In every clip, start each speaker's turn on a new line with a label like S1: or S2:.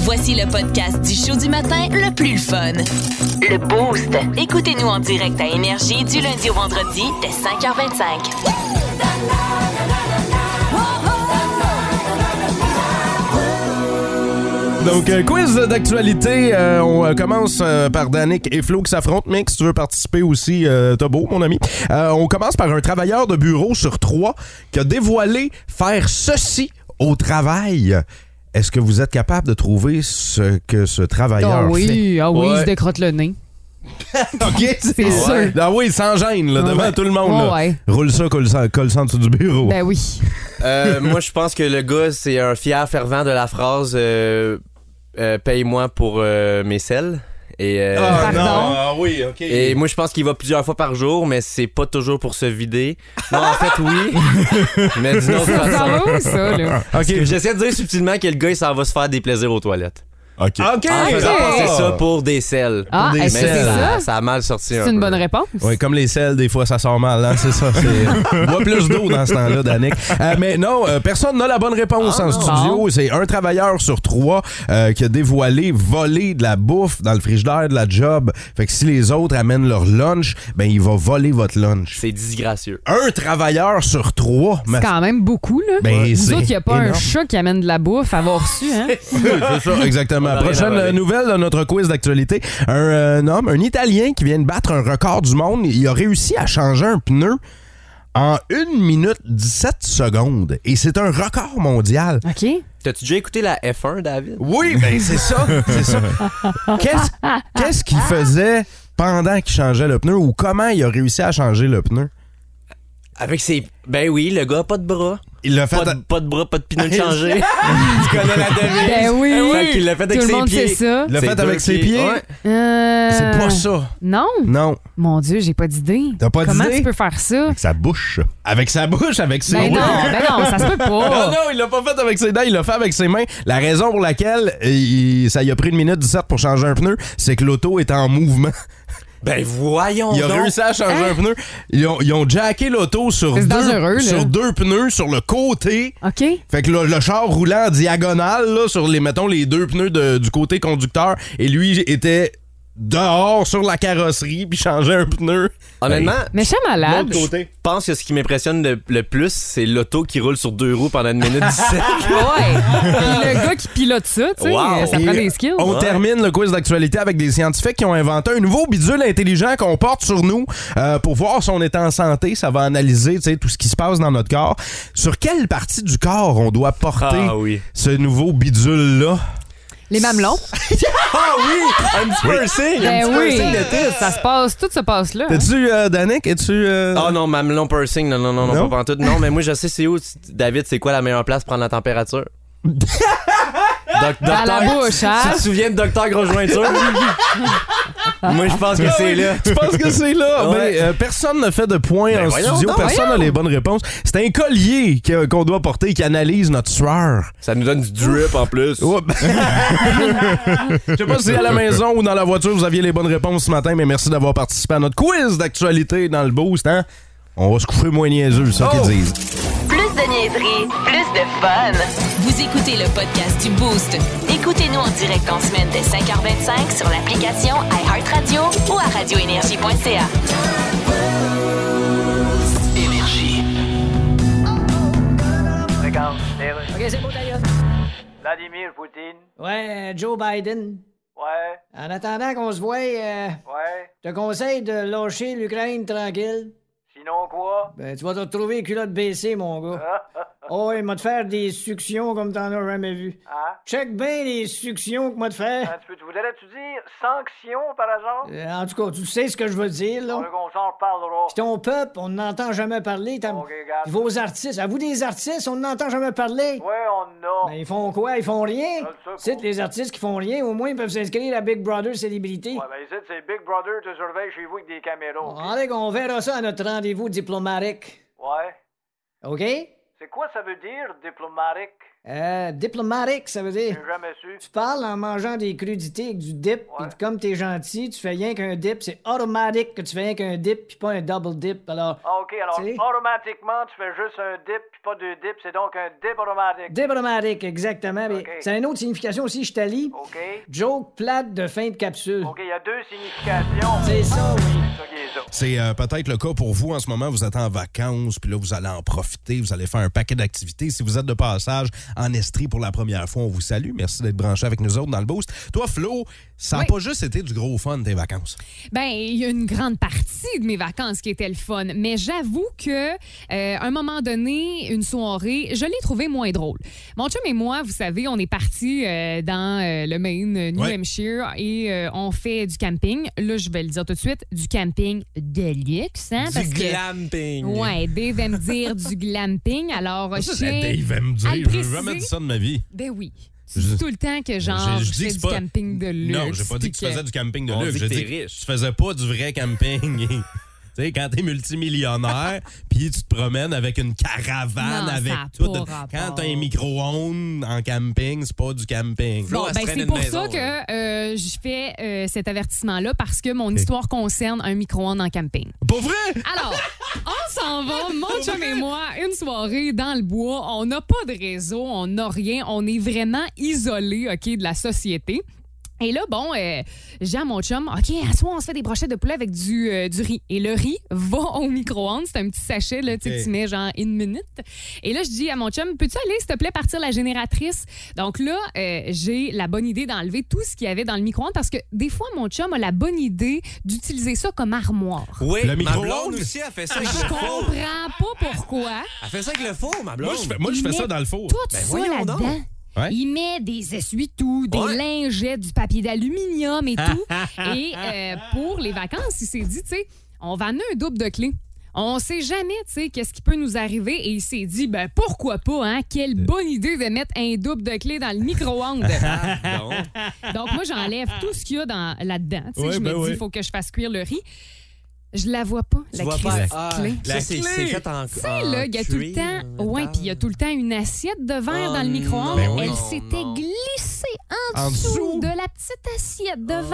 S1: Voici le podcast du show du matin le plus le fun. Le Boost. Écoutez-nous en direct à Énergie du lundi au vendredi dès 5h25.
S2: Donc, euh, quiz d'actualité. euh, on euh, commence euh, par Danick et Flo qui s'affrontent. Mec, si tu veux participer aussi, euh, t'as beau, mon ami. Euh, on commence par un travailleur de bureau sur trois qui a dévoilé faire ceci au travail. Est-ce que vous êtes capable de trouver ce que ce travailleur
S3: Ah
S2: fait?
S3: oui, ah oui, il
S2: Ouais.
S3: se décrotte le nez.
S2: OK, c'est
S3: C'est
S2: Ouais.
S3: sûr.
S2: Ah oui, sans gêne, là,
S3: Ah
S2: devant
S3: ouais.
S2: tout le monde.
S3: Ouais,
S2: là.
S3: ouais.
S2: Roule ça, colle ça, colle ça en dessous du bureau.
S3: Ben oui.
S4: Euh, moi, je pense que le gars, c'est un fier fervent de la phrase euh, euh, Paye-moi pour euh, mes selles. Et, euh,
S2: Ah,
S3: Pardon?
S2: non. Ah oui, OK.
S4: et moi, je pense qu'il va plusieurs fois par jour, mais c'est pas toujours pour se vider. Non, en fait, oui. mais d'une autre
S3: Ça
S4: façon.
S3: va où, ça, là?
S2: OK.
S4: J'essaie de dire subtilement que le gars, il s'en va se faire des plaisirs aux toilettes.
S5: OK.
S2: OK.
S4: En faisant
S3: Ah, Ok.
S4: passer Ah, ça pour des selles.
S3: Ah,
S2: Des
S4: Mais
S3: est-ce que c'est ça?
S4: ça, ça a mal sorti un
S3: C'est une
S4: peu.
S3: bonne réponse.
S2: Oui, comme les selles, des fois, ça sort mal, hein, c'est ça. c'est- Bois plus d'eau dans ce temps-là, Danick. Euh, mais non, euh, personne n'a la bonne
S3: Ah
S2: réponse en studio. C'est un travailleur sur trois euh, qui a dévoilé voler de la bouffe dans le frigidaire de la job. Fait que si les autres amènent leur lunch, ben il va voler votre lunch.
S4: C'est disgracieux.
S2: Un travailleur sur trois, ma-
S3: C'est quand même beaucoup, là.
S2: Ben,
S3: Nous
S2: c'est
S3: autres, il n'y a pas un
S2: énorme.
S3: chat qui amène de la bouffe à avoir reçu, hein?
S2: C'est ça,
S4: On
S2: exactement.
S4: a rien
S2: Prochaine
S4: à voler.
S2: nouvelle de notre quiz d'actualité. Un, euh, un homme, un Italien qui vient de battre un record du monde, il a réussi à changer un pneu en 1 minute 17 secondes. Et c'est un record mondial.
S3: OK.
S4: T'as-tu déjà écouté la F1, David?
S2: Oui, ben c'est ça, c'est ça. Qu'est-ce qu'est-ce qu'il faisait pendant qu'il changeait le pneu ou comment il a réussi à changer le pneu?
S4: Avec ses. Ben oui, le gars, pas de bras.
S2: Il l'a fait...
S4: Pas de, pas de bras, pas de pinot changé. tu connais la devise.
S3: Ben oui.
S4: Fait qu'il l'a fait avec
S3: Tout le
S4: ses
S3: monde
S4: pieds.
S3: sait ça.
S2: il l'a
S4: C'est
S2: fait
S4: deux
S2: avec ses
S4: pieds.
S2: pieds?
S4: Ouais.
S3: Euh,
S2: C'est pas ça.
S3: Non.
S2: Non.
S3: Mon Dieu, j'ai pas d'idée.
S2: T'as pas
S3: Comment
S2: d'idée?
S3: tu peux faire ça?
S5: Avec sa bouche.
S2: Avec sa bouche, avec ses
S3: Ben
S2: Oui.
S3: non, ben non, ça se peut
S2: Non,
S3: pas.
S2: non, il l'a pas fait avec ses dents, il l'a fait avec ses mains. La raison pour laquelle euh, il- ça y a pris une minute 17 pour changer un pneu, c'est que l'auto est en mouvement.
S4: Ben
S3: Oh
S4: voyons
S2: Il a
S4: donc.
S2: réussi à changer un pneu. Ils ont, ils ont jacké l'auto sur,
S3: Hein? C'est
S2: deux-
S3: dangereux, là.
S2: sur deux pneus, sur le côté.
S3: OK.
S2: Fait que le, le char roulant en diagonale, là, sur les, mettons, les deux pneus de- du côté conducteur, et lui était dehors sur la carrosserie, puis changeait un pneu.
S4: Honnêtement,
S3: Méchant malade.
S4: je pense que ce qui m'impressionne le, le plus, c'est l'auto qui roule sur deux roues pendant une minute 17.
S3: Ah Ouais. Puis le gars qui pilote ça, tu sais,
S4: Wow.
S3: ça prend
S2: Et
S3: des skills.
S2: On
S4: Ouais.
S2: termine le quiz d'actualité avec des scientifiques qui ont inventé un nouveau bidule intelligent qu'on porte sur nous euh, pour voir si on est en santé. Ça va analyser tu sais, tout ce qui se passe dans notre corps. Sur quelle partie du corps on doit porter
S4: Ah oui.
S2: ce nouveau bidule-là?
S3: Les mamelons.
S4: Ah oui! Un petit peu un signe! un petit
S3: Ben
S4: peu un
S3: oui.
S4: signe de test.
S3: Ça se passe, tout se passe là. hein.
S2: T'es-tu, euh, Danick? Es-tu... euh,
S4: Oh non, mamelon piercing, non, non, non, non,
S2: Non?
S4: pas pantoute. Non, mais moi, je sais c'est où. David, c'est quoi la meilleure place pour prendre la température? Doc-
S3: Dans la
S4: docteur-
S3: bouche, hein?
S4: Tu te souviens de Docteur Grosjointure? moi, je pense que c'est là.
S2: Tu penses que c'est là?
S4: Ouais. Ben
S2: Ben, euh, personne n'a fait de point en
S4: voyons
S2: studio.
S3: donc,
S2: personne n'a
S3: voyons.
S2: les bonnes réponses. C'est un collier que- qu'on doit porter qui analyse notre sueur.
S4: Ça nous donne du drip en plus.
S2: Oh, ben- Je sais pas si à la maison ou dans la voiture vous aviez les bonnes réponses ce matin, mais merci d'avoir participé à notre quiz d'actualité dans le boost, hein? On va se coucher moins niaiseux, c'est ça qu'ils disent.
S1: Plus de niaiserie, plus de fun. Vous écoutez le podcast du Boost. Écoutez-nous en direct en semaine dès 5h25 sur l'application iHeartRadio ou à radioénergie.ca.
S6: Regarde, les Russes. Vladimir Poutine.
S7: Ouais, euh, Joe Biden.
S6: Ouais,
S7: En attendant qu'on se voie, euh,
S6: ouais.
S7: je te conseille de lâcher l'Ukraine tranquille.
S6: Sinon quoi?
S7: Ben, tu vas te retrouver culotte baissée, mon gars. Oh, il m'a te faire des suctions comme t'en as jamais vu.
S6: Hein?
S7: Check bien les suctions que m'a te faire.
S6: Un petit peu, tu voudrais-tu dire sanction par hasard?
S7: Euh, en tout cas, tu sais ce que je veux dire,
S6: On
S7: là.
S6: qu'on s'en reparlera.
S7: Puis ton peuple, on n'entend jamais parler. t'as-
S6: Ok, regarde.
S7: Vos artistes, à vous des artistes, on n'entend jamais parler.
S6: Ouais, on
S7: Ben,
S6: a.
S7: ils font quoi? Ils font rien?
S6: Je le sais pas.
S7: C'est les artistes qui font rien, au moins ils peuvent s'inscrire à Big Brother Célébrité.
S6: Ouais, ben ici, c'est Big Brother te surveille chez vous avec des caméras. ok?
S7: Allez, on verra ça à notre rendez-vous diplomatique.
S6: Ouais.
S7: OK?
S6: C'est quoi ça veut dire, diplomatique?
S7: Euh, diplomatique, ça veut dire.
S6: J'ai jamais su.
S7: Tu parles en mangeant des crudités avec du dip,
S6: Ouais.
S7: et comme t'es gentil, tu fais rien qu'un dip. C'est automatique que tu fais rien qu'un dip, puis pas un double dip. Alors,
S6: Ah, OK, alors
S7: Tu sais.
S6: automatiquement, tu fais juste un dip puis pas deux dips, c'est donc un dip automatique.
S7: diplomatique, exactement. Mais
S6: Ok.
S7: c'est une autre signification aussi, je t'allie.
S6: OK?
S7: Joke plate de fin de capsule.
S6: OK, il y a deux significations.
S7: C'est ça, oui.
S6: C'est ça qui est ça.
S2: C'est euh, peut-être le cas pour vous en ce moment. Vous êtes en vacances, puis là, vous allez en profiter. Vous allez faire un paquet d'activités. Si vous êtes de passage en Estrie pour la première fois, on vous salue. Merci d'être branché avec nous autres dans le boost. Toi, Flo, ça n'a
S3: Oui.
S2: pas juste été du gros fun, tes vacances.
S3: Ben, il y a une grande partie de mes vacances qui était le fun, mais j'avoue que euh, à un moment donné, une soirée, je l'ai trouvée moins drôle. Mon chum et moi, vous savez, on est partis euh, dans euh, le Maine, euh, New
S2: Ouais.
S3: Hampshire, et euh, on fait du camping. Là, je vais le dire tout de suite, du camping de luxe, hein, parce
S4: du
S3: que.
S4: glamping.
S3: Ouais, Dave aime dire du glamping. Alors,
S2: Ça,
S3: chez-
S2: Dave aime dire.
S3: à le
S2: Je
S3: préciser.
S2: veux jamais dit ça de ma vie.
S3: Ben oui. Tu
S2: Je-
S3: dis tout le temps que genre,
S2: J'ai-
S3: je,
S2: dis que
S3: fais
S2: c'est
S3: du
S2: pas-
S3: camping de luxe.
S2: Non, j'ai pas dit que
S3: puis
S2: tu faisais du camping de
S4: On
S2: luxe.
S4: dit
S2: J'ai
S4: que
S2: dit
S4: t'es
S2: que
S4: riche.
S2: tu faisais pas du vrai camping. tu sais, quand t'es multimillionnaire, puis tu te promènes avec une caravane,
S3: Non, ça
S2: avec
S3: a
S2: tout.
S3: pas
S2: Quand
S3: rapport.
S2: t'as un micro-ondes en camping, c'est pas du camping.
S4: Flo,
S3: Bon,
S4: elle se
S3: ben,
S4: traîne
S3: c'est
S4: une
S3: pour
S4: maison,
S3: ça que euh, je fais euh, cet avertissement-là parce que mon histoire concerne un micro-ondes en camping.
S2: Pas vrai?
S3: Alors, on s'en va, mon chum et moi, une soirée dans le bois. On n'a pas de réseau, on n'a rien. On est vraiment isolé, OK, de la société. Et là, bon, euh, j'ai à mon chum, OK, à soi, on se fait des brochettes de poulet avec du, euh, du riz. Et le riz va au micro-ondes. C'est un petit sachet, là, tu sais,
S2: OK.
S3: que tu mets genre une minute. Et là, je dis à mon chum, peux-tu aller, s'il te plaît, partir la génératrice? Donc là, euh, j'ai la bonne idée d'enlever tout ce qu'il y avait dans le micro-ondes parce que des fois, mon chum a la bonne idée d'utiliser ça comme armoire.
S4: Oui,
S2: Le
S4: ma
S2: micro-ondes.
S4: blonde aussi, elle fait ça avec
S3: Ah, Je
S4: le four.
S3: comprends pas pourquoi.
S4: Elle fait ça avec le four, ma blonde.
S2: Moi, je fais, moi, je
S3: Il
S2: fais ça
S3: met
S2: dans le four.
S3: Tout ça
S4: Ben, voyons
S3: là-dedans.
S4: donc.
S2: Ouais.
S3: Il met des essuie-tout, des
S4: Ouais.
S3: lingettes, du papier d'aluminium et tout. et euh, pour les vacances, il s'est dit, tu sais, on va amener un double de clés. On sait jamais, tu sais, qu'est-ce qui peut nous arriver. Et il s'est dit, ben pourquoi pas, hein? Quelle
S4: Euh.
S3: bonne idée de mettre un double de clés dans le micro-ondes.
S4: Pardon.
S3: Donc, moi, j'enlève tout ce qu'il y a dans- là-dedans. Tu sais,
S2: Ouais,
S3: je me
S2: ben
S3: dis, il
S2: ouais.
S3: faut que je fasse cuire le riz. Je la vois pas,
S4: Tu
S3: la
S4: vois
S3: crise
S4: pas.
S3: de
S4: Ah,
S3: clé.
S4: Ça, c'est
S2: clé.
S4: c'est fait en
S3: Tu sais, là, il y a tout le temps. Ouais, puis il y a tout le temps une assiette de verre
S4: Oh
S3: dans le micro-ondes.
S2: non,
S3: Elle
S4: non,
S3: s'était
S4: non.
S3: glissée en,
S2: En
S3: dessous,
S2: dessous.
S3: de la petite assiette de
S4: Oh,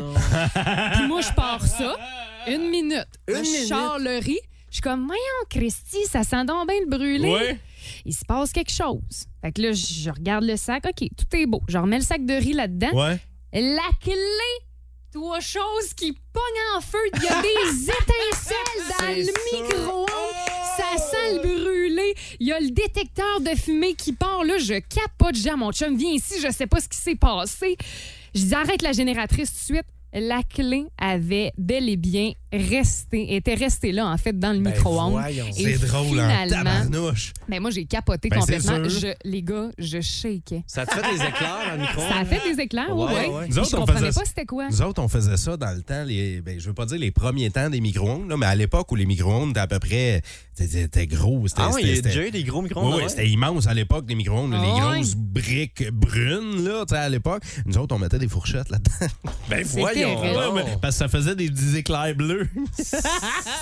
S3: verre. puis moi, je pars ça. Une minute.
S4: Une
S3: Là,
S4: minute.
S3: Je sors le riz. Je suis comme, voyons, Christy, ça sent donc bien le brûlé.
S2: Ouais.
S3: Il se passe quelque chose. Fait que là, je regarde le sac. OK, tout est beau. Je remets le sac de riz là-dedans.
S2: Ouais.
S3: La clé, trois choses qui pognent en feu. Il y a des étincelles dans
S4: C'est
S3: le
S4: ça.
S3: micro-ondes. Ça sent le brûler. Il y a le détecteur de fumée qui part. Là, je capote. Je dis à mon chum, viens ici, je sais pas ce qui s'est passé. Je dis, arrête la génératrice tout de suite. La clé avait bel et bien resté, était restée là, en fait, dans le
S4: Ben,
S3: micro-ondes.
S4: voyons.
S3: Et
S2: C'est drôle, en
S3: finalement,
S2: tabarnouche.
S3: ben, moi, j'ai capoté
S2: Ben, c'est
S3: complètement.
S2: sûr.
S3: Je- les gars, je shakeais.
S4: Ça te fait des éclairs dans le hein? micro
S3: Ça a fait des éclairs, oui.
S4: Ouais,
S3: ouais.
S4: ouais.
S3: Puis
S2: Nous
S3: Je
S2: autres, on
S3: comprenais
S2: faisait ça.
S3: pas c'était quoi.
S2: Nous autres, on faisait ça dans le temps, les, ben, je veux pas dire les premiers temps des micro-ondes, là, mais à l'époque où les micro-ondes étaient à peu près. C'était c'était gros. C'était
S4: Ah, ouais, il y a
S2: c'était-
S4: déjà eu des gros micros
S2: Oui, oui, c'était immense à l'époque, les micro-ondes, là, les
S3: Ah ouais.
S2: grosses briques brunes, là, tu sais, à l'époque. Nous autres, on mettait des fourchettes là-dedans. ben,
S3: voyons raide.
S4: donc.
S2: parce que ça faisait des, des éclairs bleus.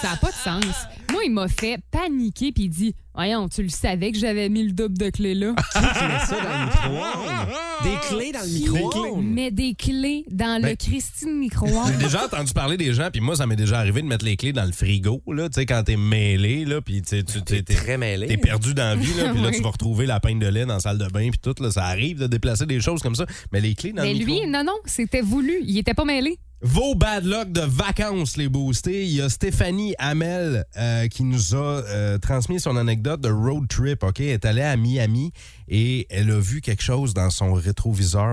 S3: Ça n'a pas de sens. Moi, il m'a fait paniquer puis il dit Voyons, tu le savais que j'avais mis le double de clé là.
S4: met ça dans le micro-ondes.
S3: Ah,
S4: Des clés dans le micro-ondes.
S3: Mais des clés dans
S2: Ben-
S3: le Christine
S2: J'ai
S3: micro-ondes.
S2: déjà entendu parler des gens, puis moi, ça m'est déjà arrivé de mettre les clés dans le frigo, là, tu sais, quand t'es mêlé, là, puis tu sais, tu- t'es-
S4: T'es
S2: t'es-
S4: très mêlé.
S2: T'es perdu dans la vie, là, puis là,
S3: Oui.
S2: tu vas retrouver la peine de lait dans la salle de bain, puis tout, là, ça arrive de déplacer des choses comme ça. Mais les clés dans
S3: Mais
S2: le micro-
S3: Ben, lui, non, non, c'était voulu. Il était pas mêlé.
S2: Vos bad luck de vacances, les boostés. Il y a Stéphanie Hamel euh, qui nous a euh, transmis son anecdote de road trip. OK, elle est allée à Miami et elle a vu quelque chose dans son rétroviseur.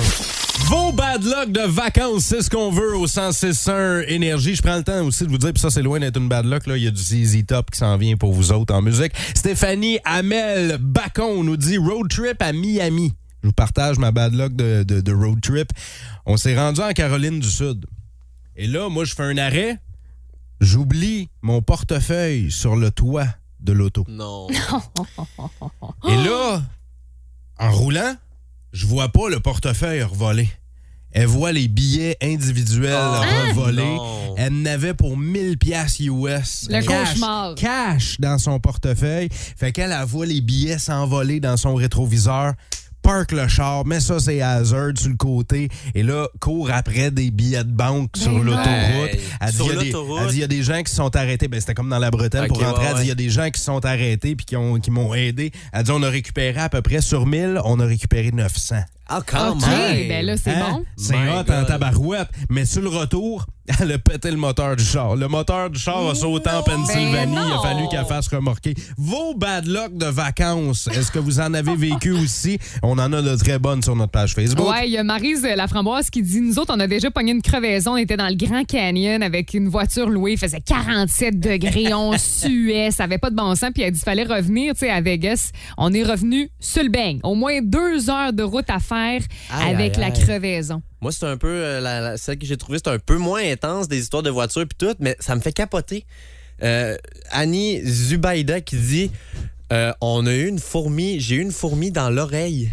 S2: Vos bad luck de vacances, c'est ce qu'on veut au 106.1 Énergie. Je prends le temps aussi de vous dire, puis ça, c'est loin d'être une bad luck. Là. Il y a du ZZ Top qui s'en vient pour vous autres en musique. Stéphanie Hamel Bacon nous dit road trip à Miami. Je vous partage ma bad luck de, de- de road trip. On s'est rendu en Caroline du Sud. Et là, moi, je fais un arrêt. J'oublie mon portefeuille sur le toit de l'auto.
S4: Non.
S2: Et là, en roulant, je vois pas le portefeuille revoler. Elle voit les billets individuels revolés.
S4: Ah. Hein? non.
S2: Elle n'avait pour 1000 pièces US.
S3: Le
S2: cash,
S3: cauchemar.
S2: Cash dans son portefeuille. Fait qu'elle elle voit les billets s'envoler dans son rétroviseur. Park le char, met ça c'est hazard sur le côté et là court après des billets de banque sur
S3: non.
S2: l'autoroute.
S4: Hey,
S2: Elle dit,
S4: sur
S2: il y a des-
S4: l'autoroute.
S2: elle dit, il y a des gens qui sont arrêtés. Ben, c'était comme dans la Bretagne
S4: Ok,
S2: pour rentrer.
S4: ouais,
S2: Elle dit, il y a
S4: ouais.
S2: des gens qui sont arrêtés puis qui, ont, qui m'ont aidé. Elle dit, on a récupéré à peu près sur 1000, on a récupéré 900.
S4: Ah,
S3: OK,
S4: quand même.
S3: ben là, c'est
S2: Hein?
S3: bon.
S2: C'est
S4: My
S2: hot en
S4: God.
S2: tabarouette. Mais sur le retour, elle a pété le moteur du char. Le moteur du char a sauté en Pennsylvanie.
S3: Ben
S2: Il a
S3: non.
S2: fallu qu'elle fasse remorquer. Vos bad luck de vacances, est-ce que vous en avez vécu aussi? On en a de très bonnes sur notre page Facebook.
S3: Ouais, il y a Marise euh, Laframboise qui dit Nous autres, on a déjà pogné une crevaison. On était dans le Grand Canyon avec une voiture louée. Il faisait 47 degrés. On suait. Ça avait pas de bon sens. Puis elle dit fallait revenir tu sais, à Vegas. On est revenu sur le beigne. Au moins deux heures de route à faire
S4: Aïe,
S3: avec
S4: aïe,
S3: la
S4: aïe.
S3: crevaison.
S4: Moi, c'est un peu. euh, la- la- celle que j'ai trouvée, c'est un peu moins intense des histoires de voitures puis tout, mais ça me fait capoter. Euh, Annie Zubaida qui dit euh, On a eu une fourmi, j'ai eu une fourmi dans l'oreille.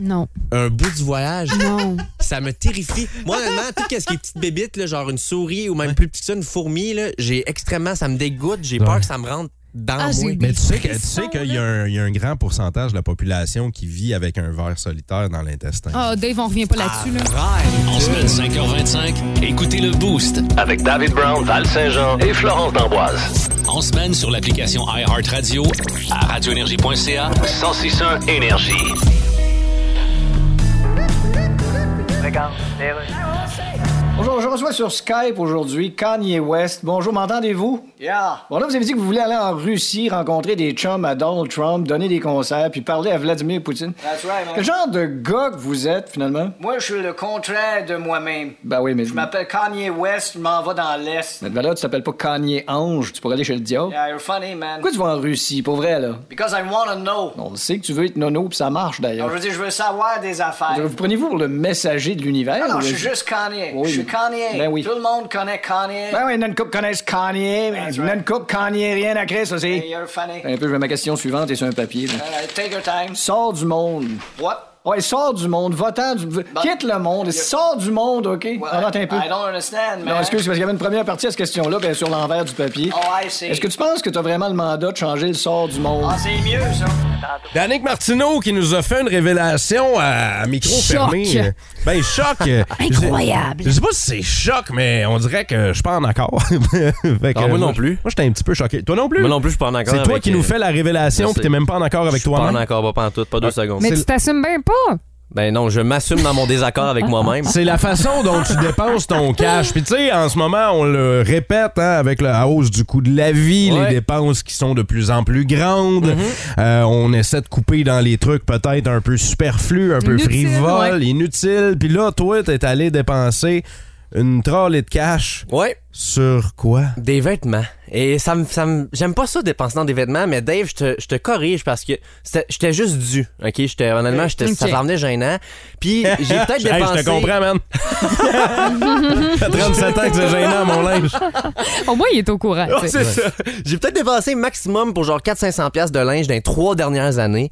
S3: Non,
S4: Un bout du voyage.
S3: non.
S4: Ça me terrifie. Moi, honnêtement, tout ce qui est petite bébite, là, genre une souris ou même plus petite que ça, une fourmi, là, j'ai extrêmement. Ça me dégoûte. J'ai
S2: Ouais.
S4: peur que ça me rentre dans
S3: Ah,
S4: moi.
S3: j'ai-
S2: Mais tu sais que- tu sais
S3: frissons,
S2: qu'il y, a un- il y a un grand pourcentage de la population qui vit avec un verre solitaire dans l'intestin.
S3: Ah, Dave, on revient pas là-dessus. Là.
S4: Ah,
S5: En semaine 5h25, écoutez le Boost.
S8: Avec David Brown, Val Saint-Jean et Florence D'Amboise.
S5: En semaine sur l'application iHeartRadio à radioénergie.ca.
S8: 1061 Énergie.
S6: Regarde, les rues.
S7: Bonjour, je reçois sur Skype aujourd'hui Kanye West. Bonjour, m'entendez-vous? Yeah. Bon, là, vous avez dit que vous voulez aller en Russie, rencontrer des chums à Donald Trump, donner des concerts, puis parler à Vladimir Poutine.
S6: That's right, man.
S7: Quel genre de gars que vous êtes, finalement?
S6: Moi, je suis le contraire de moi-même.
S7: Ben oui, mais...
S6: Je m'appelle Kanye West, je m'en vais dans l'Est.
S7: Mais ben là, tu t'appelles pas Kanye Ange, tu pourrais aller chez le diable.
S6: Yeah, you're funny, man.
S7: Pourquoi tu vas en Russie, pour vrai, là?
S6: Because I wanna know.
S7: On le sait que tu veux être nono, puis ça marche,
S6: Alors,
S7: d'ailleurs.
S6: je veux dire, je veux savoir des affaires. Ah
S7: Vous prenez-vous pour le messager de l'univers?
S6: Non,
S7: ou-
S6: je suis juste Kanye.
S7: Oui,
S6: je suis
S7: mais-
S6: Kanye.
S7: Ben oui.
S6: Tout le monde connaît Kanye.
S7: Ben oui, non coupe connaissent Kanye, mais
S6: That's
S7: non
S6: right.
S7: coupe Kanye, rien à créer, ça,
S6: Hey,
S7: c'est...
S6: you're funny.
S7: Un peu, je mets ma question suivante et sur un papier, là.
S6: All right, take your time.
S7: Sors du monde.
S6: What? Bah,
S7: Ouais, sors du monde, va-t'en du... Quitte le monde, sors du monde, OK?
S6: Well,
S7: Arrête un peu.
S6: I don't understand, man.
S7: Non, excuse, c'est parce qu'il y avait une première partie à cette question-là, bien sur l'envers du papier.
S6: Oh, I see.
S7: Est-ce que tu penses que t'as vraiment le mandat de changer le sort du monde?
S6: Ah, c'est mieux, ça.
S2: Danick Martineau qui nous a fait une révélation à, à micro
S3: Choc.
S2: fermé. Ben, choc. Incroyable. Je sais pas si c'est choc, mais on dirait que je parle encore. Fait que,
S4: Non, Ah, moi non plus.
S2: Moi, j'étais un petit peu choqué. Toi non plus?
S4: Moi non plus, je suis pas en accord
S2: C'est toi
S4: avec,
S2: qui
S4: euh,
S2: nous fais la révélation,
S4: je
S2: puis
S4: sais.
S2: t'es même pas en accord
S4: Je
S2: avec
S4: suis pas en
S2: toi-même. Ah,
S4: accord, pas, pas en tout, pas deux secondes.
S3: Mais tu t'assumes bien pas.
S4: Ben non, je m'assume dans mon désaccord avec moi-même.
S2: C'est la façon dont tu dépenses ton cash. Puis tu sais, en ce moment, on le répète hein, avec la hausse du coût de la vie,
S4: Ouais. Mhm.
S2: les dépenses qui sont de plus en plus grandes. Euh, on essaie de couper dans les trucs peut-être un peu superflus, un peu
S3: Inutile,
S2: frivoles, inutiles. Puis là, toi, t'es allé dépenser une trolley de cash
S4: Ouais.
S2: sur quoi?
S4: Des vêtements. Et ça me. ça me- J'aime pas ça dépenser dans des vêtements, mais Dave, je te, je te corrige parce que c'était- j'étais juste dû. OK? J'étais, honnêtement, j'étais, ça
S3: Euh, Ok.
S4: s'en venait gênant. Puis j'ai peut-être
S2: Hey,
S4: dépensé.
S2: je te comprends, man. Ça fait 37 ans que c'est gênant, mon linge.
S3: Au moins, il est au courant. tu sais.
S4: C'est ça. J'ai peut-être dépensé maximum pour genre 400-500$ piastres de linge dans les trois dernières années.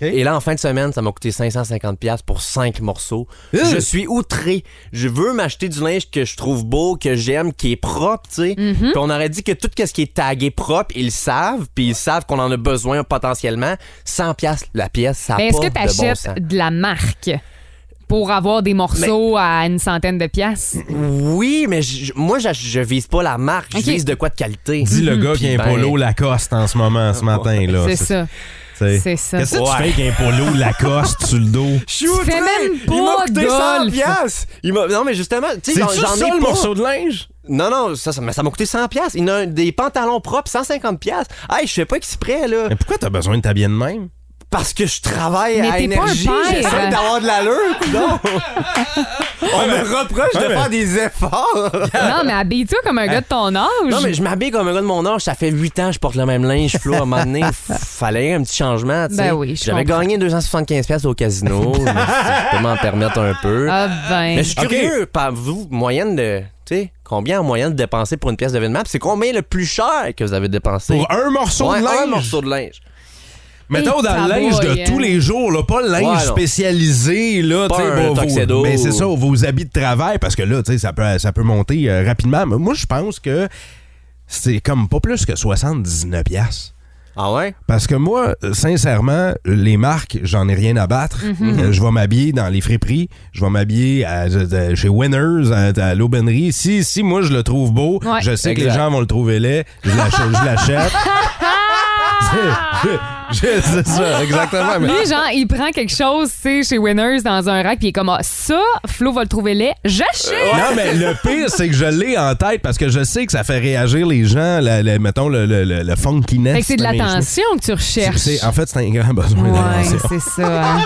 S4: Et là, en fin de semaine, ça m'a coûté 550$ piastres pour cinq morceaux.
S2: Euh!
S4: Je suis outré. Je veux m'acheter du linge que je trouve beau, que j'aime, qui est propre, tu sais.
S3: Mhm.
S4: Puis on aurait dit que tout ce qui est tagué propre, ils le savent, puis ils savent qu'on en a besoin potentiellement. 100$ piastres la pièce, ça a
S3: Mais
S4: pas
S3: est-ce que
S4: de bon
S3: t'achètes
S4: sens.
S3: de la marque pour avoir des morceaux à une centaine de piastres?
S4: Oui, mais je- moi, je, je vise pas la marque.
S3: Ok.
S4: Je vise de quoi de qualité.
S2: Dis le gars qui a un
S4: Puis ben-
S2: polo Lacoste en ce moment, ce matin. là.
S3: C'est ça.
S2: tu sais.
S3: C'est ça.
S2: Qu'est-ce que
S4: Ouais.
S2: tu fais avec un polo Lacoste sur le dos?
S4: Je suis
S3: Tu fais
S4: outré.
S3: même
S4: Il m'a
S3: pas
S4: coûté
S3: golf.
S4: 100 piastres. Il m'a Non mais justement, tu sais j'en
S2: C'est-tu
S4: j'en ai
S2: ça, le
S4: pas.
S2: morceau de linge?
S4: Non non, ça ça mais ça m'a coûté 100 piastres. Il y en a un- des pantalons propres 150 piastres. Hey, je fais pas exprès là
S2: Mais pourquoi t'as besoin de t'habiller de même?
S4: parce que je travaille
S3: Mais
S4: à
S3: t'es pas un
S4: énergie,
S3: père.
S4: j'essaie d'avoir de l'allure. Non. On me reproche
S2: ouais,
S4: de
S2: mais-
S4: faire des efforts.
S3: Non, mais habille-toi comme un gars de ton âge.
S4: Non, mais je m'habille comme un gars de mon âge. Ça fait 8 ans que je porte le même linge. Flo, à un moment donné, f- fallait un petit changement. tu sais.
S3: Ben oui, je
S4: J'avais
S3: comprends.
S4: gagné 275$ piastres au casino. mais je peux m'en permettre un peu.
S3: Ah ben.
S4: Mais je suis
S2: Ok.
S4: curieux, par vous, moyenne de. Tu sais, combien en moyenne de dépenser pour une pièce d'événement? Puis c'est combien le plus cher que vous avez dépensé?
S2: Pour un morceau
S4: Ouais,
S2: de linge?
S4: un morceau de linge.
S2: Mettons
S3: Et
S2: dans le linge
S3: taboy,
S2: de
S3: hein.
S2: tous les jours, là, pas le linge
S4: Ouais, non.
S2: spécialisé, là,
S4: Pas
S2: tu sais,
S4: un
S2: vos- vos-
S4: tuxedo.
S2: Mais c'est ça, vos habits de travail, parce que là, tu sais, ça peut, ça peut monter euh, rapidement. Mais moi, je pense que c'est comme pas plus que 79$. piastres.
S4: Ah ouais?
S2: Parce que moi, euh, sincèrement, les marques, j'en ai rien à battre.
S3: Mhm.
S2: Euh, Je vais m'habiller dans les friperies, je vais m'habiller à- à- chez Winners, à, à l'aubainerie. Si, si moi je le trouve beau,
S3: Ouais.
S2: je sais que les
S4: Exact.
S2: gens vont le trouver laid, je l'achète. je l'achète. Je- je- c'est ça, exactement. mais-
S3: Lui, genre, il prend quelque chose, tu sais, chez Winners dans un rack, puis il est comme, ah, ça, Flo va le trouver laid, j'achète!
S2: Non, mais le pire, c'est que je l'ai en tête parce que je sais que ça fait réagir les gens, la- la- mettons, le, le, le, le funkiness.
S3: Fait que c'est de
S2: mes
S3: l'attention que tu
S2: cheveux.
S3: recherches.
S2: C'est- c'est- En fait, c'est un grand besoin
S3: ouais,
S2: d'attention.
S3: c'est ça. hein.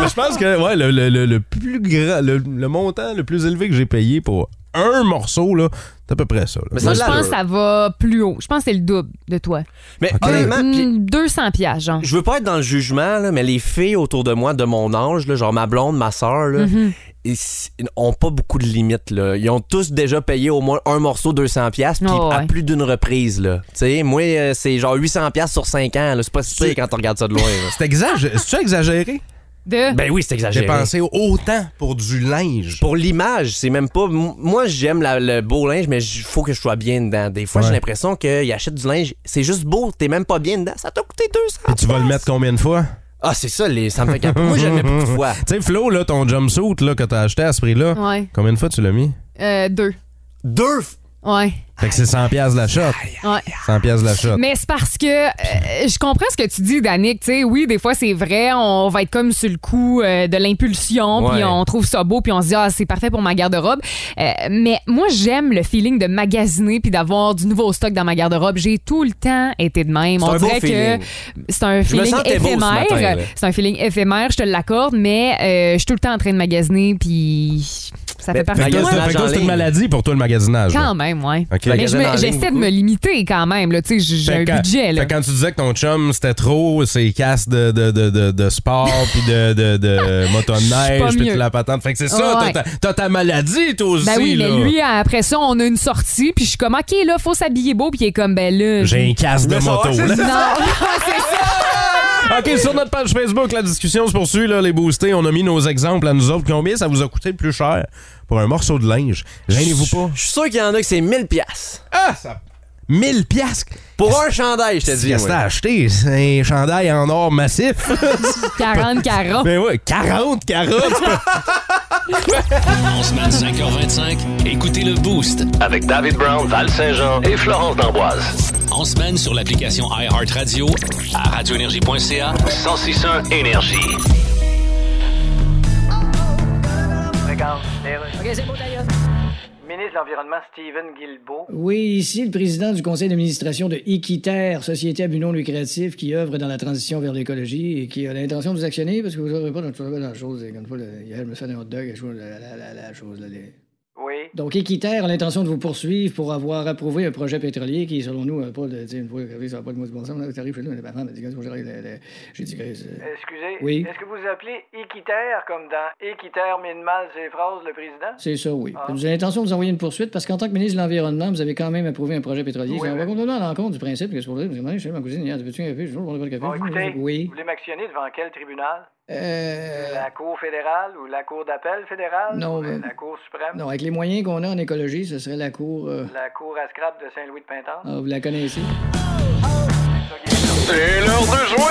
S2: Mais je pense que ouais, le, le- le- le plus grand, le, le montant le plus élevé que j'ai payé pour un morceau, là, c'est à peu près ça. là.
S4: Mais
S3: Moi,
S4: ça,
S3: je
S4: là,
S3: pense
S4: le-
S3: que ça va plus haut. Je pense que c'est le double de toi.
S4: Mais
S2: Ok.
S4: honnêtement,
S3: Hmm,
S4: pis-
S3: 200 piastres, genre.
S4: je veux pas être dans le jugement, là, mais les filles autour de moi, de mon âge, là, genre ma blonde, ma soeur, là,
S3: Mm-hmm.
S4: ils s- ont pas beaucoup de limites. Là. Ils ont tous déjà payé au moins un morceau 200 pièces puis
S3: Oh,
S4: à
S3: ouais.
S4: plus d'une reprise. Là. Tu sais, Moi, euh, c'est genre 800 pièces sur 5 ans. là. C'est pas si pire quand on regarde ça de loin. là.
S2: C'est exagéré. C'est-tu exagéré?
S3: De...
S4: ben oui, c'est
S2: J'ai
S4: exagéré.
S2: pensé autant pour du linge.
S4: Pour l'image, c'est même pas. m- Moi, j'aime la- le beau linge, mais il faut que je sois bien dedans. Des fois,
S2: Ouais.
S4: j'ai l'impression qu'ils achètent du linge. C'est juste beau, t'es même pas bien dedans. Ça t'a coûté 200.
S2: Puis tu vas le mettre combien de fois?
S4: Ah, c'est ça, les... ça me fait capoter. Moi, je le mets beaucoup de fois.
S2: Tu sais, Flo, là, ton jumpsuit là, que t'as acheté à ce prix-là,
S3: Ouais.
S2: combien de fois tu l'as mis?
S3: Euh, deux.
S4: Deux. f-
S3: Ouais.
S2: Fait que c'est 100$ piastres la shot.
S3: Ouais.
S2: 100$ piastres la shot.
S3: Mais c'est parce que euh, je comprends ce que tu dis, Danick. Tu sais, oui, des fois, c'est vrai, on va être comme sur le coup euh, de l'impulsion, puis
S4: Ouais.
S3: on trouve ça beau, puis on se dit, ah, c'est parfait pour ma garde-robe. Euh, mais moi, j'aime le feeling de magasiner, puis d'avoir du nouveau stock dans ma garde-robe. J'ai tout le temps été de même.
S4: C'est
S3: on
S4: un beau
S3: dirait
S4: feeling.
S3: que c'est un
S4: Je me
S3: feeling
S4: sentais beau ce
S3: éphémère.
S4: matin, là.
S3: c'est un feeling éphémère, je te l'accorde, mais euh, je suis tout le temps en train de magasiner, puis ça
S4: Mais
S3: fait partie
S2: Fait que
S3: de
S2: là,
S3: moi.
S2: c'est- fait que là, c'est une maladie pour toi, le magasinage. là.
S3: Quand même, ouais.
S2: Ok.
S3: Mais je me-
S4: Magasin en ligne,
S3: j'essaie de me
S4: beaucoup.
S3: limiter quand même. là. Tu sais, j'ai- j'ai
S2: Fait
S3: un
S2: que-
S3: budget. Là.
S2: fait que quand tu disais que ton chum, c'était trop, c'est casse de, de, de, de, de sport, puis de, de, de
S3: Je suis pas
S2: motoneige, puis de
S3: mieux.
S2: la patente. Fait que c'est ça,
S3: Ouais.
S2: t'as ta- t'as ta maladie, toi aussi.
S3: Ben oui, mais
S2: là.
S3: lui, après ça, on a une sortie, puis je suis comme, OK, là, faut s'habiller beau, puis il est comme, ben là.
S2: J'ai un casse de
S4: Mais ça va,
S2: moto.
S4: c'est
S2: là.
S3: Non, c'est ça.
S2: OK, sur notre page Facebook, la discussion se poursuit. Là, les boostés, on a mis nos exemples à nous autres. Combien ça vous a coûté le plus cher pour un morceau de linge? Gênez-vous pas.
S4: Je suis sûr qu'il y en a que c'est 1000 pièces
S2: 1000 piastres.
S4: Pour un chandail, je te dis.
S2: Qu'est-ce que t'as acheté? C'est un chandail en or massif.
S3: 40 carats.
S2: Mais ouais, 40 carottes.
S5: En semaine 5h25, écoutez le Boost.
S8: Avec David Brown, Val Saint-Jean et Florence D'Amboise.
S5: En semaine sur l'application iHeartRadio à radioénergie.ca.
S8: 1061 Énergie.
S6: Regarde, les rues. Ministre de l'Environnement, Stephen Guilbeault.
S7: Oui, ici le président du conseil d'administration de Iquiter, société à but non lucratif qui œuvre dans la transition vers l'écologie et qui a l'intention de vous actionner parce que vous n'aurez pas dans dans la chose. Et Comme une fois, le- hier, je me suis fait un hot dog, je vois la, la- la- la chose. là, les-
S6: Oui.
S7: Donc, Équiterre a l'intention de vous poursuivre pour avoir approuvé un projet pétrolier qui, selon nous, n'a pas de. tu sais, Une fois que ça n'a pas de mot de bon sens, là, t'arrives chez nous, la femme, elle dit, Qu'est-ce que vous gérez, le- le- J'ai dit, Chris, euh,
S6: Excusez,
S7: Oui.
S6: est-ce que vous appelez équitaire comme dans équitaire mine mal ses phrases, le président?
S7: c'est ça, oui.
S6: ah.
S7: Puis Vous avez l'intention de vous envoyer une poursuite parce qu'en tant que ministre de l'Environnement, vous avez quand même approuvé un projet pétrolier.
S6: Oui,
S7: on
S6: mais-
S7: va complètement à l'encontre du principe. Qu'est-ce que vous voulez? Parce que, moi, je sais, ma cousine, hier, tu veux-tu un café? Je dis, Non, on n'a pas de café.
S6: Bon, écoutez,
S7: Oui.
S6: vous voulez m'actionner devant quel tribunal?
S7: Euh,
S6: La Cour fédérale ou la Cour d'appel fédérale?
S7: Non,
S6: Ou
S7: ben-
S6: La Cour suprême?
S7: Non, avec les moyens qu'on a en écologie, ce serait la cour. euh,
S6: La Cour à scrap de Saint-Louis-de-Pintan?
S7: ah, vous la connaissez?
S8: C'est l'heure de jouer!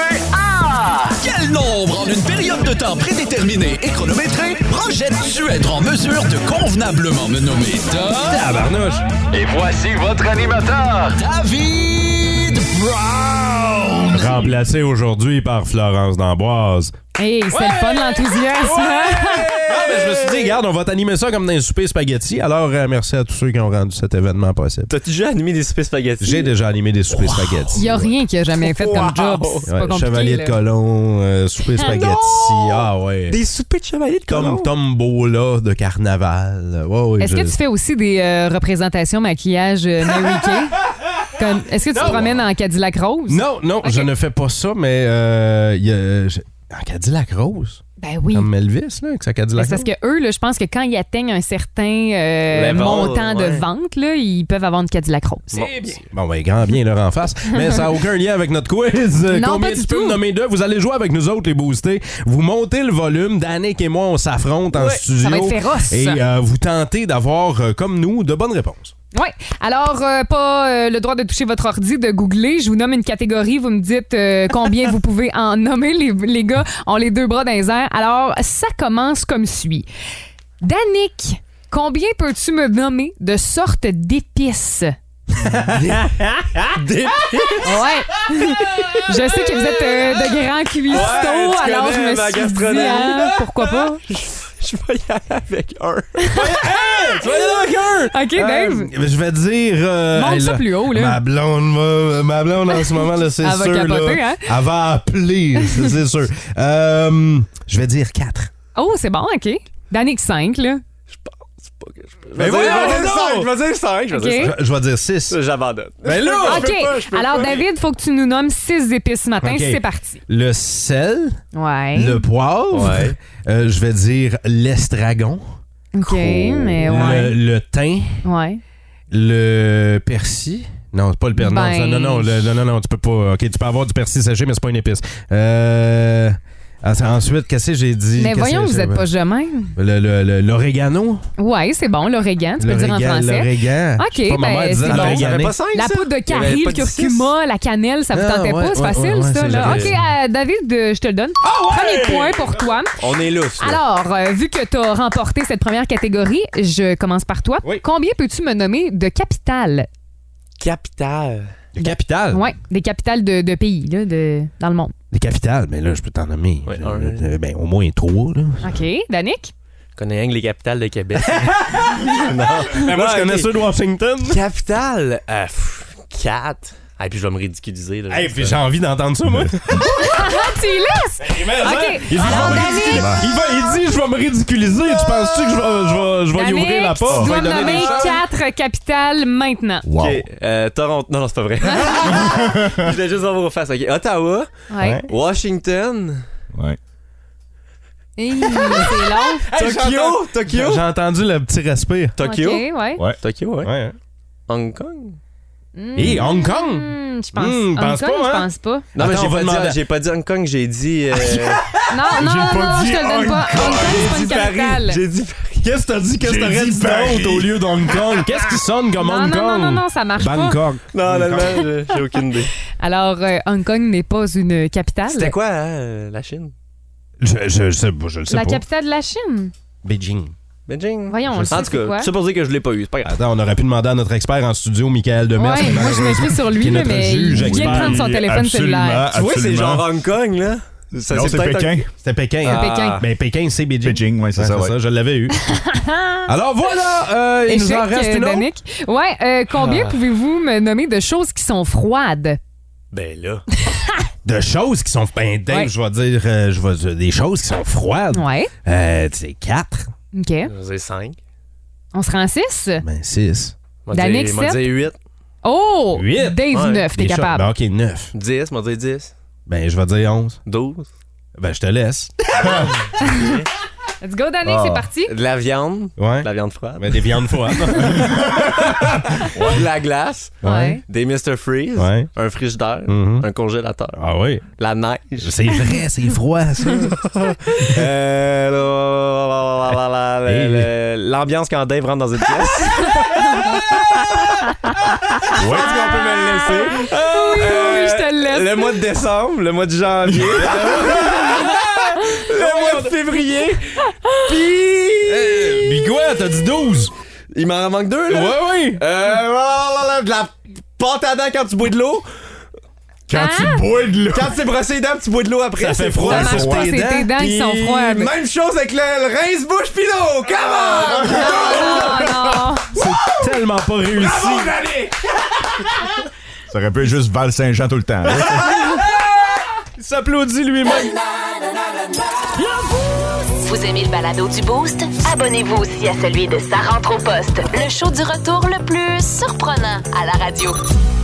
S9: Quel nombre en une période de temps prédéterminée et chronométrée projettes-tu être en mesure de convenablement me nommer Tom,
S2: Tabarnouche.
S8: Et voici votre animateur,
S9: David Brown?
S2: Remplacé aujourd'hui par Florence D'Amboise.
S3: Hey, c'est le fun, l'enthousiasme. hein?
S2: Ah, mais je me suis dit, regarde, on va t'animer ça comme dans un souper spaghetti. Alors, euh, merci à tous ceux qui ont rendu cet événement possible.
S4: T'as déjà animé des soupers spaghetti?
S2: J'ai déjà animé des soupers spaghetti.
S3: Il n'y a rien qu'il a jamais fait comme
S4: Wow.
S3: job. C'est
S2: Ouais,
S3: pas compliqué.
S2: Chevalier de
S3: là.
S2: colon, euh, souper spaghetti. Ah ouais.
S4: Des soupers de chevalier de colon?
S2: Tom Tombola de carnaval. Ouais, ouais,
S3: Est-ce que
S2: je-
S3: tu fais aussi des euh, représentations maquillage euh, Mary Kay? Comme, est-ce que tu te promènes en Cadillac Rose?
S2: Non, non, je ne fais pas ça, mais euh, il y a- je- en euh, Cadillac Rose.
S3: Ben oui. Ben,
S2: Comme Elvis, là, avec sa Cadillac.
S3: C'est parce que eux, là, je pense que quand ils atteignent un certain euh,
S2: Level,
S3: montant de
S2: ouais.
S3: vente, là, ils peuvent avoir une Cadillac Rose.
S2: bien. Bon, ben, grand bien leur en face. Mais ça n'a aucun lien avec notre quiz. Euh,
S3: Non,
S2: Combien
S3: pas du
S2: tu peux
S3: tout.
S2: me nommer deux? Vous allez jouer avec nous autres, les boostés. Vous montez le volume. Danick et moi, on s'affronte en
S3: Ouais,
S2: studio.
S3: ça va être féroce.
S2: Et euh, vous tentez d'avoir, euh, comme nous, de bonnes réponses.
S3: Oui. Alors, euh, pas euh, le droit de toucher votre ordi, de googler. Je vous nomme une catégorie. Vous me dites euh, combien vous pouvez en nommer. Les, les gars ont les deux bras dans les airs. Alors, ça commence comme suit. Danick, combien peux-tu me nommer de sortes d'épices?
S10: Des-
S3: Ouais. je sais que vous êtes euh, de grands cuistots,
S10: Ouais, tu
S3: alors je
S10: connais
S3: me
S10: ma
S3: suis
S10: gastronomie.
S3: dit, hein, pourquoi pas?
S4: Je vais y aller avec un.
S2: Tu vas y aller
S3: avec
S2: Euh,
S3: Eh Dave.
S2: je vais dire. euh,
S3: Monte
S2: elle,
S3: ça plus haut, là.
S2: Ma blonde, va- euh, ma blonde en ce moment, là, c'est
S3: Elle
S2: sûr.
S3: va capoter,
S2: là,
S3: hein?
S2: Elle va appeler, c'est c'est sûr. Euh, je vais dire 4.
S3: Oh, c'est bon, OK. Danick 5, là.
S4: Mais
S2: voyons
S4: Je vais dire 5. Je vais dire
S3: Ok.
S4: 5.
S2: Je vais dire 6.
S3: Euh.
S4: J'abandonne.
S2: Mais Ben là!
S3: OK. Alors, David, faut que tu nous nommes six épices ce matin.
S2: Ok.
S3: C'est parti.
S2: Le sel,
S3: Ouais.
S2: le poivre,
S4: Ouais.
S2: euh, je vais dire l'estragon,
S3: OK, mais ouais.
S2: le, le thym,
S3: Ouais.
S2: le persil. Non, c'est pas le persil.
S3: Ben,
S2: Non, non, non, le- non, non, non, tu peux pas. OK, tu peux avoir du persil séché, mais c'est pas une épice. Euh, ah, ça, ensuite, qu'est-ce que j'ai dit?
S3: Mais
S2: Qu'est-ce
S3: voyons,
S2: que
S3: vous
S2: j'ai-
S3: êtes pas jamais.
S2: Le- le- le- L'oregano.
S3: Ouais, c'est bon, l'oregan, tu peux le dire en
S2: L'orégan,
S3: français.
S2: l'orégan.
S3: OK,
S2: Je sais pas, ma
S3: ben,
S2: mère disait
S3: c'est bon.
S2: l'orégané.
S4: J'avais pas cinq,
S3: La
S4: ça?
S3: poudre de
S4: Il y avait
S3: carie,
S4: pas
S3: le
S4: de six?
S3: curcuma, la cannelle, ça vous
S2: Ah,
S3: tentait
S2: ouais,
S3: pas, c'est
S2: ouais,
S3: facile
S2: ouais, ouais,
S3: ça.
S2: c'est
S3: Là. OK,
S2: vrai.
S3: euh, David, euh, je te le donne.
S4: Ah
S3: Premier point pour toi.
S4: On est lousse. là.
S3: Alors, euh, vu que tu as remporté cette première catégorie, je commence par toi.
S2: Oui.
S3: Combien peux-tu me nommer de capitales?
S4: Capital.
S2: Le capital.
S3: Ouais, des capitales de, de pays là, de, dans le monde.
S2: Le capital, mais là, je peux t'en nommer.
S4: Ouais,
S2: Je-
S4: un.
S2: euh, ben, au moins trois, là.
S3: OK, Danick?
S4: Je connais rien que les capitales de Québec.
S2: Ben,
S4: non.
S2: moi, je
S4: Non,
S2: connais
S4: ok. euh,
S2: ceux de Washington.
S4: Capitale. 4. Et puis je vais me ridiculiser. Là,
S2: Hey, puis j'ai envie d'entendre ça, moi.
S3: Ah, tu y laisses! OK,
S2: hein? Il dit,
S3: alors
S2: je vais me ridiculiser.
S3: Danick,
S2: Il va- il dit, je vais me ridiculiser. Tu penses-tu que je vais, je vais, je vais lui ouvrir la
S3: Danick,
S2: porte?
S3: tu
S2: Je vais
S3: dois
S2: lui
S3: me
S2: donner
S3: nommer
S2: des chances?
S3: quatre capitales maintenant.
S2: Wow.
S4: Ok, euh, Toronto. Non, non, c'est pas vrai. je voulais juste voir vos faces. Ok, Ottawa,
S3: Ouais.
S4: Washington,
S10: Ouais.
S3: Hey, c'est long.
S4: Tokyo, Tokyo,
S2: J'ai entendu le petit respire.
S4: Tokyo,
S3: OK, ouais.
S10: Ouais. hein.
S4: Tokyo, ouais.
S2: Ouais. Mm.
S4: Hong Kong.
S2: Et Hong Kong!
S3: Hmm, je pense.
S2: Hmm, pense
S3: Hong Kong,
S2: pas, hein?
S3: je pense pas.
S4: Non, mais
S2: Attends,
S4: j'ai
S2: on va
S4: pas,
S2: demander à-
S4: dit- j'ai pas dit Hong Kong, j'ai dit.
S3: Ah,
S4: euh,
S3: Non, non, non, non, je te le donne pas. Hong Kong, c'est pas
S4: j'ai
S3: une
S4: dit Paris.
S3: capitale.
S4: J'ai dit Paris.
S2: Qu'est-ce que t'as dit? Qu'est-ce que t'aurais dit d'autre au lieu d'Hong Kong? Qu'est-ce qui sonne comme
S3: Non,
S2: Hong
S3: non,
S2: Kong?
S3: non, non, non, ça marche pas.
S2: Bangkok.
S4: Non, non, non, j'ai- j'ai aucune idée.
S3: Alors, euh, Hong Kong n'est pas une capitale.
S4: C'était quoi, hein, euh, la Chine?
S2: Je, je, je sais pas, je le sais
S3: La
S2: pas.
S3: capitale de la Chine.
S2: Beijing.
S4: Beijing.
S3: Voyons, on le sait,
S4: En tout
S3: c'est quoi?
S4: cas, c'est pour dire que je l'ai pas eu, c'est pas grave.
S2: Attends, on aurait pu demander à notre expert en studio, Michael Demers.
S3: Ouais,
S2: mais
S3: moi, je
S2: malheureusement,
S3: m'inscris sur lui,
S2: qui est
S3: là,
S2: notre
S3: mais
S2: juge
S3: il vient de
S2: expert.
S3: prendre son téléphone
S10: Absolument,
S3: cellulaire.
S10: absolument.
S4: Tu vois, c'est genre Hong Kong, là. Ça,
S10: Non, c'est
S4: peut-être
S10: Pékin.
S2: C'était Pékin.
S4: Ah.
S3: Pékin.
S2: Ben, Pékin, c'est Beijing.
S10: Beijing, ouais, c'est
S2: Ouais,
S10: ça, ouais.
S2: je l'avais eu. Alors voilà, euh, il nous en
S3: Échec,
S2: reste
S3: euh,
S2: une autre.
S3: Danick. Ouais, euh, combien pouvez-vous me nommer de choses qui sont froides?
S4: Ben là.
S2: de choses qui sont ben dingues,
S3: Ouais.
S2: je vais dire euh, je vais dire des choses qui sont froides.
S3: Ouais.
S2: Euh, tu sais, 4,
S3: OK.
S4: J'ai 5.
S3: On se rend 6?
S2: ben 6,
S3: Danick,
S4: M'a
S3: sept.
S4: dit 8.
S3: Oh!
S2: Huit.
S3: Dave
S4: Ouais,
S3: 9, t'es capable.
S2: Ben, OK, 9.
S4: 10, m'a dit 10.
S2: Ben je vais dire 11.
S4: 12.
S2: Ben je te laisse.
S3: Let's go, Danick, c'est parti.
S4: De la viande.
S2: Ouais.
S4: De la viande froide.
S2: Ben des viandes froides.
S4: De la glace.
S3: Ouais.
S4: Des Mr. Freeze.
S2: Ouais.
S4: Un frigidaire.
S2: Mhm.
S4: Un congélateur.
S2: ah oui.
S4: La neige.
S2: C'est vrai, c'est froid ça.
S4: Euh, la- la- la- la- la-
S2: Et-
S4: la- L'ambiance quand Dave rentre dans une pièce. Ouais. Est-ce qu'on peut me le laisser?
S3: Oui, oui, je te le laisse.
S4: Le mois de décembre, le mois de janvier. le mois de février. Puis.
S2: Puis quoi, t'as dit 12.
S4: Il m'en manque deux,
S2: Ouais
S4: là.
S2: ouais.
S4: Euh, la- la- la- de la pâte à dents quand tu bois de l'eau.
S10: Quand
S3: Ah!
S10: tu bois de l'eau.
S4: Quand tu t'es brossé les dents, tu bois de l'eau après.
S2: Ça fait froid,
S3: Ça
S2: Ouais,
S3: marche
S2: sur
S3: pas,
S2: tes
S3: c'est
S2: dents,
S3: tes dents qui
S4: Puis,
S3: sont froides.
S4: Même chose avec le, le rince-bouche pis
S2: Ah,
S4: l'eau. Come on!
S3: Ah, Non, non,
S2: C'est tellement pas réussi.
S4: Bravo, Danick!
S10: Ça aurait pu être juste Val-Saint-Jean tout le temps. hein.
S2: Il s'applaudit lui-même.
S1: Vous aimez le balado du Boost? Abonnez-vous aussi à celui de Sa rentre au poste, le show du retour le plus surprenant à la radio.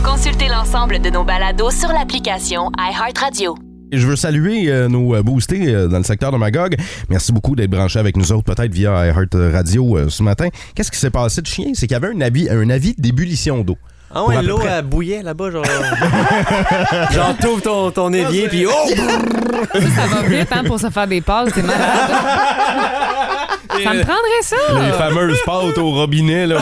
S1: Consultez l'ensemble de nos balados sur l'application iHeartRadio.
S2: Et je veux saluer euh, nos euh, boostés euh, dans le secteur de Magog. Merci beaucoup d'être branchés avec nous autres, peut-être via Heart Radio euh, ce matin. Qu'est-ce qui s'est passé de chien? C'est qu'il y avait un avis, un avis d'ébullition d'eau.
S4: Ah
S2: Pour à
S4: ouais,
S2: peu
S4: l'eau
S2: près-
S4: elle bouillait là-bas, genre. genre, t'ouvres ton, ton évier, puis oh!
S3: Ça va vite, hein, pour se faire des passes, t'es malade. Ça me prendrait ça!
S2: Les fameuses pâtes au robinet, là.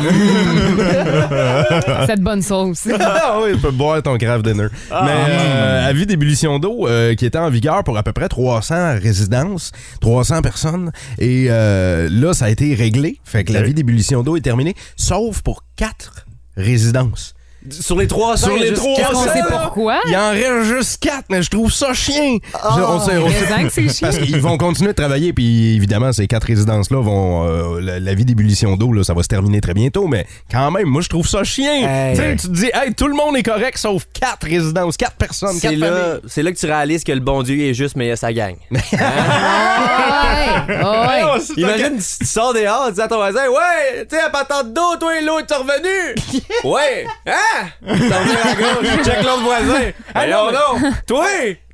S3: Cette bonne sauce.
S2: ah oui, tu peux boire ton craft dinner.
S4: Ah.
S2: Mais
S4: Hmm.
S2: euh, avis d'ébullition d'eau euh, qui était en vigueur pour à peu près 300 résidences, 300 personnes. Et euh, là, ça a été réglé. Fait que l'avis d'ébullition d'eau est terminé, sauf pour quatre résidences.
S4: Sur les 300,
S2: Sur
S4: il y a
S2: les
S4: juste
S2: 300,
S4: quatre.
S2: là, Il en reste juste 4, mais je trouve ça chien. Je- on sait- on sait-
S3: raison que c'est chiant.
S2: Ah. Parce qu'ils vont continuer de travailler, puis évidemment, ces quatre résidences-là vont. euh, la, la vie d'ébullition d'eau, là, ça va se terminer très bientôt, mais quand même, moi, je trouve ça chien.
S4: Hey.
S2: Tu sais, Tu te dis, hey, tout le monde est correct, sauf quatre résidences, quatre personnes,
S4: C'est
S2: quatre familles.
S4: là, c'est là que tu réalises que le bon Dieu il est juste, mais il y a sa gang.
S3: Ah ouais, ah ouais.
S2: Non, Oh, c'est pas
S4: Imagine, tu tu sors dehors, tu dis à ton voisin, ouais, tu sais, la patente d'eau, toi, l'eau, t'es revenu. ouais, hein? T'en reviens à gauche, check l'autre voisin. Ben, Voyons donc, toi,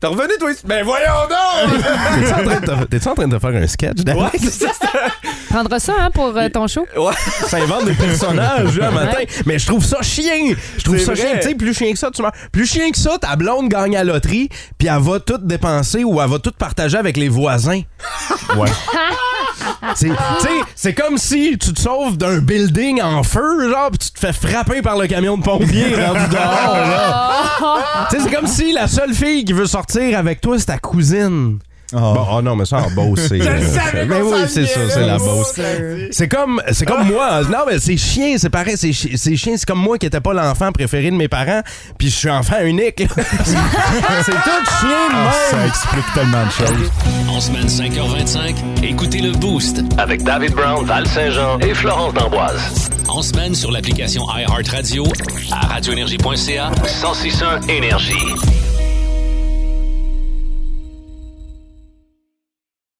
S4: t'es revenu, toi. Ben voyons donc!
S2: T'es-tu en train de te- T'es-tu en train de faire un sketch, Dan?
S4: ouais, c'est ça,
S3: Prendras ça hein, pour euh, ton show?
S4: c'est- Ouais.
S2: Ça invente des personnages, là, matin. Mais je trouve ça chien. Je trouve
S4: C'est
S2: ça
S4: vrai.
S2: chien. Tu sais, plus chien que ça, tu meurs. Plus chien que ça, ta blonde gagne à la loterie, puis elle va tout dépenser ou elle va tout partager avec les voisins. Ouais. C'est, tu sais, c'est comme si tu te sauves d'un building en feu, genre, puis tu te fais frapper par le camion de pompier rendu dehors, genre. Tu sais, c'est comme si la seule fille qui veut sortir avec toi, c'est ta cousine. Bon, oh non, mais ça, en Beauce, c'est. euh, c'est- Mais oui, c'est ça, c'est la Beauce. C'est comme, c'est comme moi. Non, mais c'est chien, c'est pareil. C'est chi- c'est chien, c'est comme moi qui n'étais pas l'enfant préféré de mes parents, puis je suis enfant unique. là. c'est tout
S4: Ah,
S2: chien de même.
S10: Ça explique tellement de choses.
S5: En semaine 5h25, écoutez le Boost.
S8: Avec David Brown, Val Saint-Jean et Florence D'Amboise.
S5: En semaine sur l'application iHeartRadio, à radioénergie.ca.
S8: 1061 Énergie.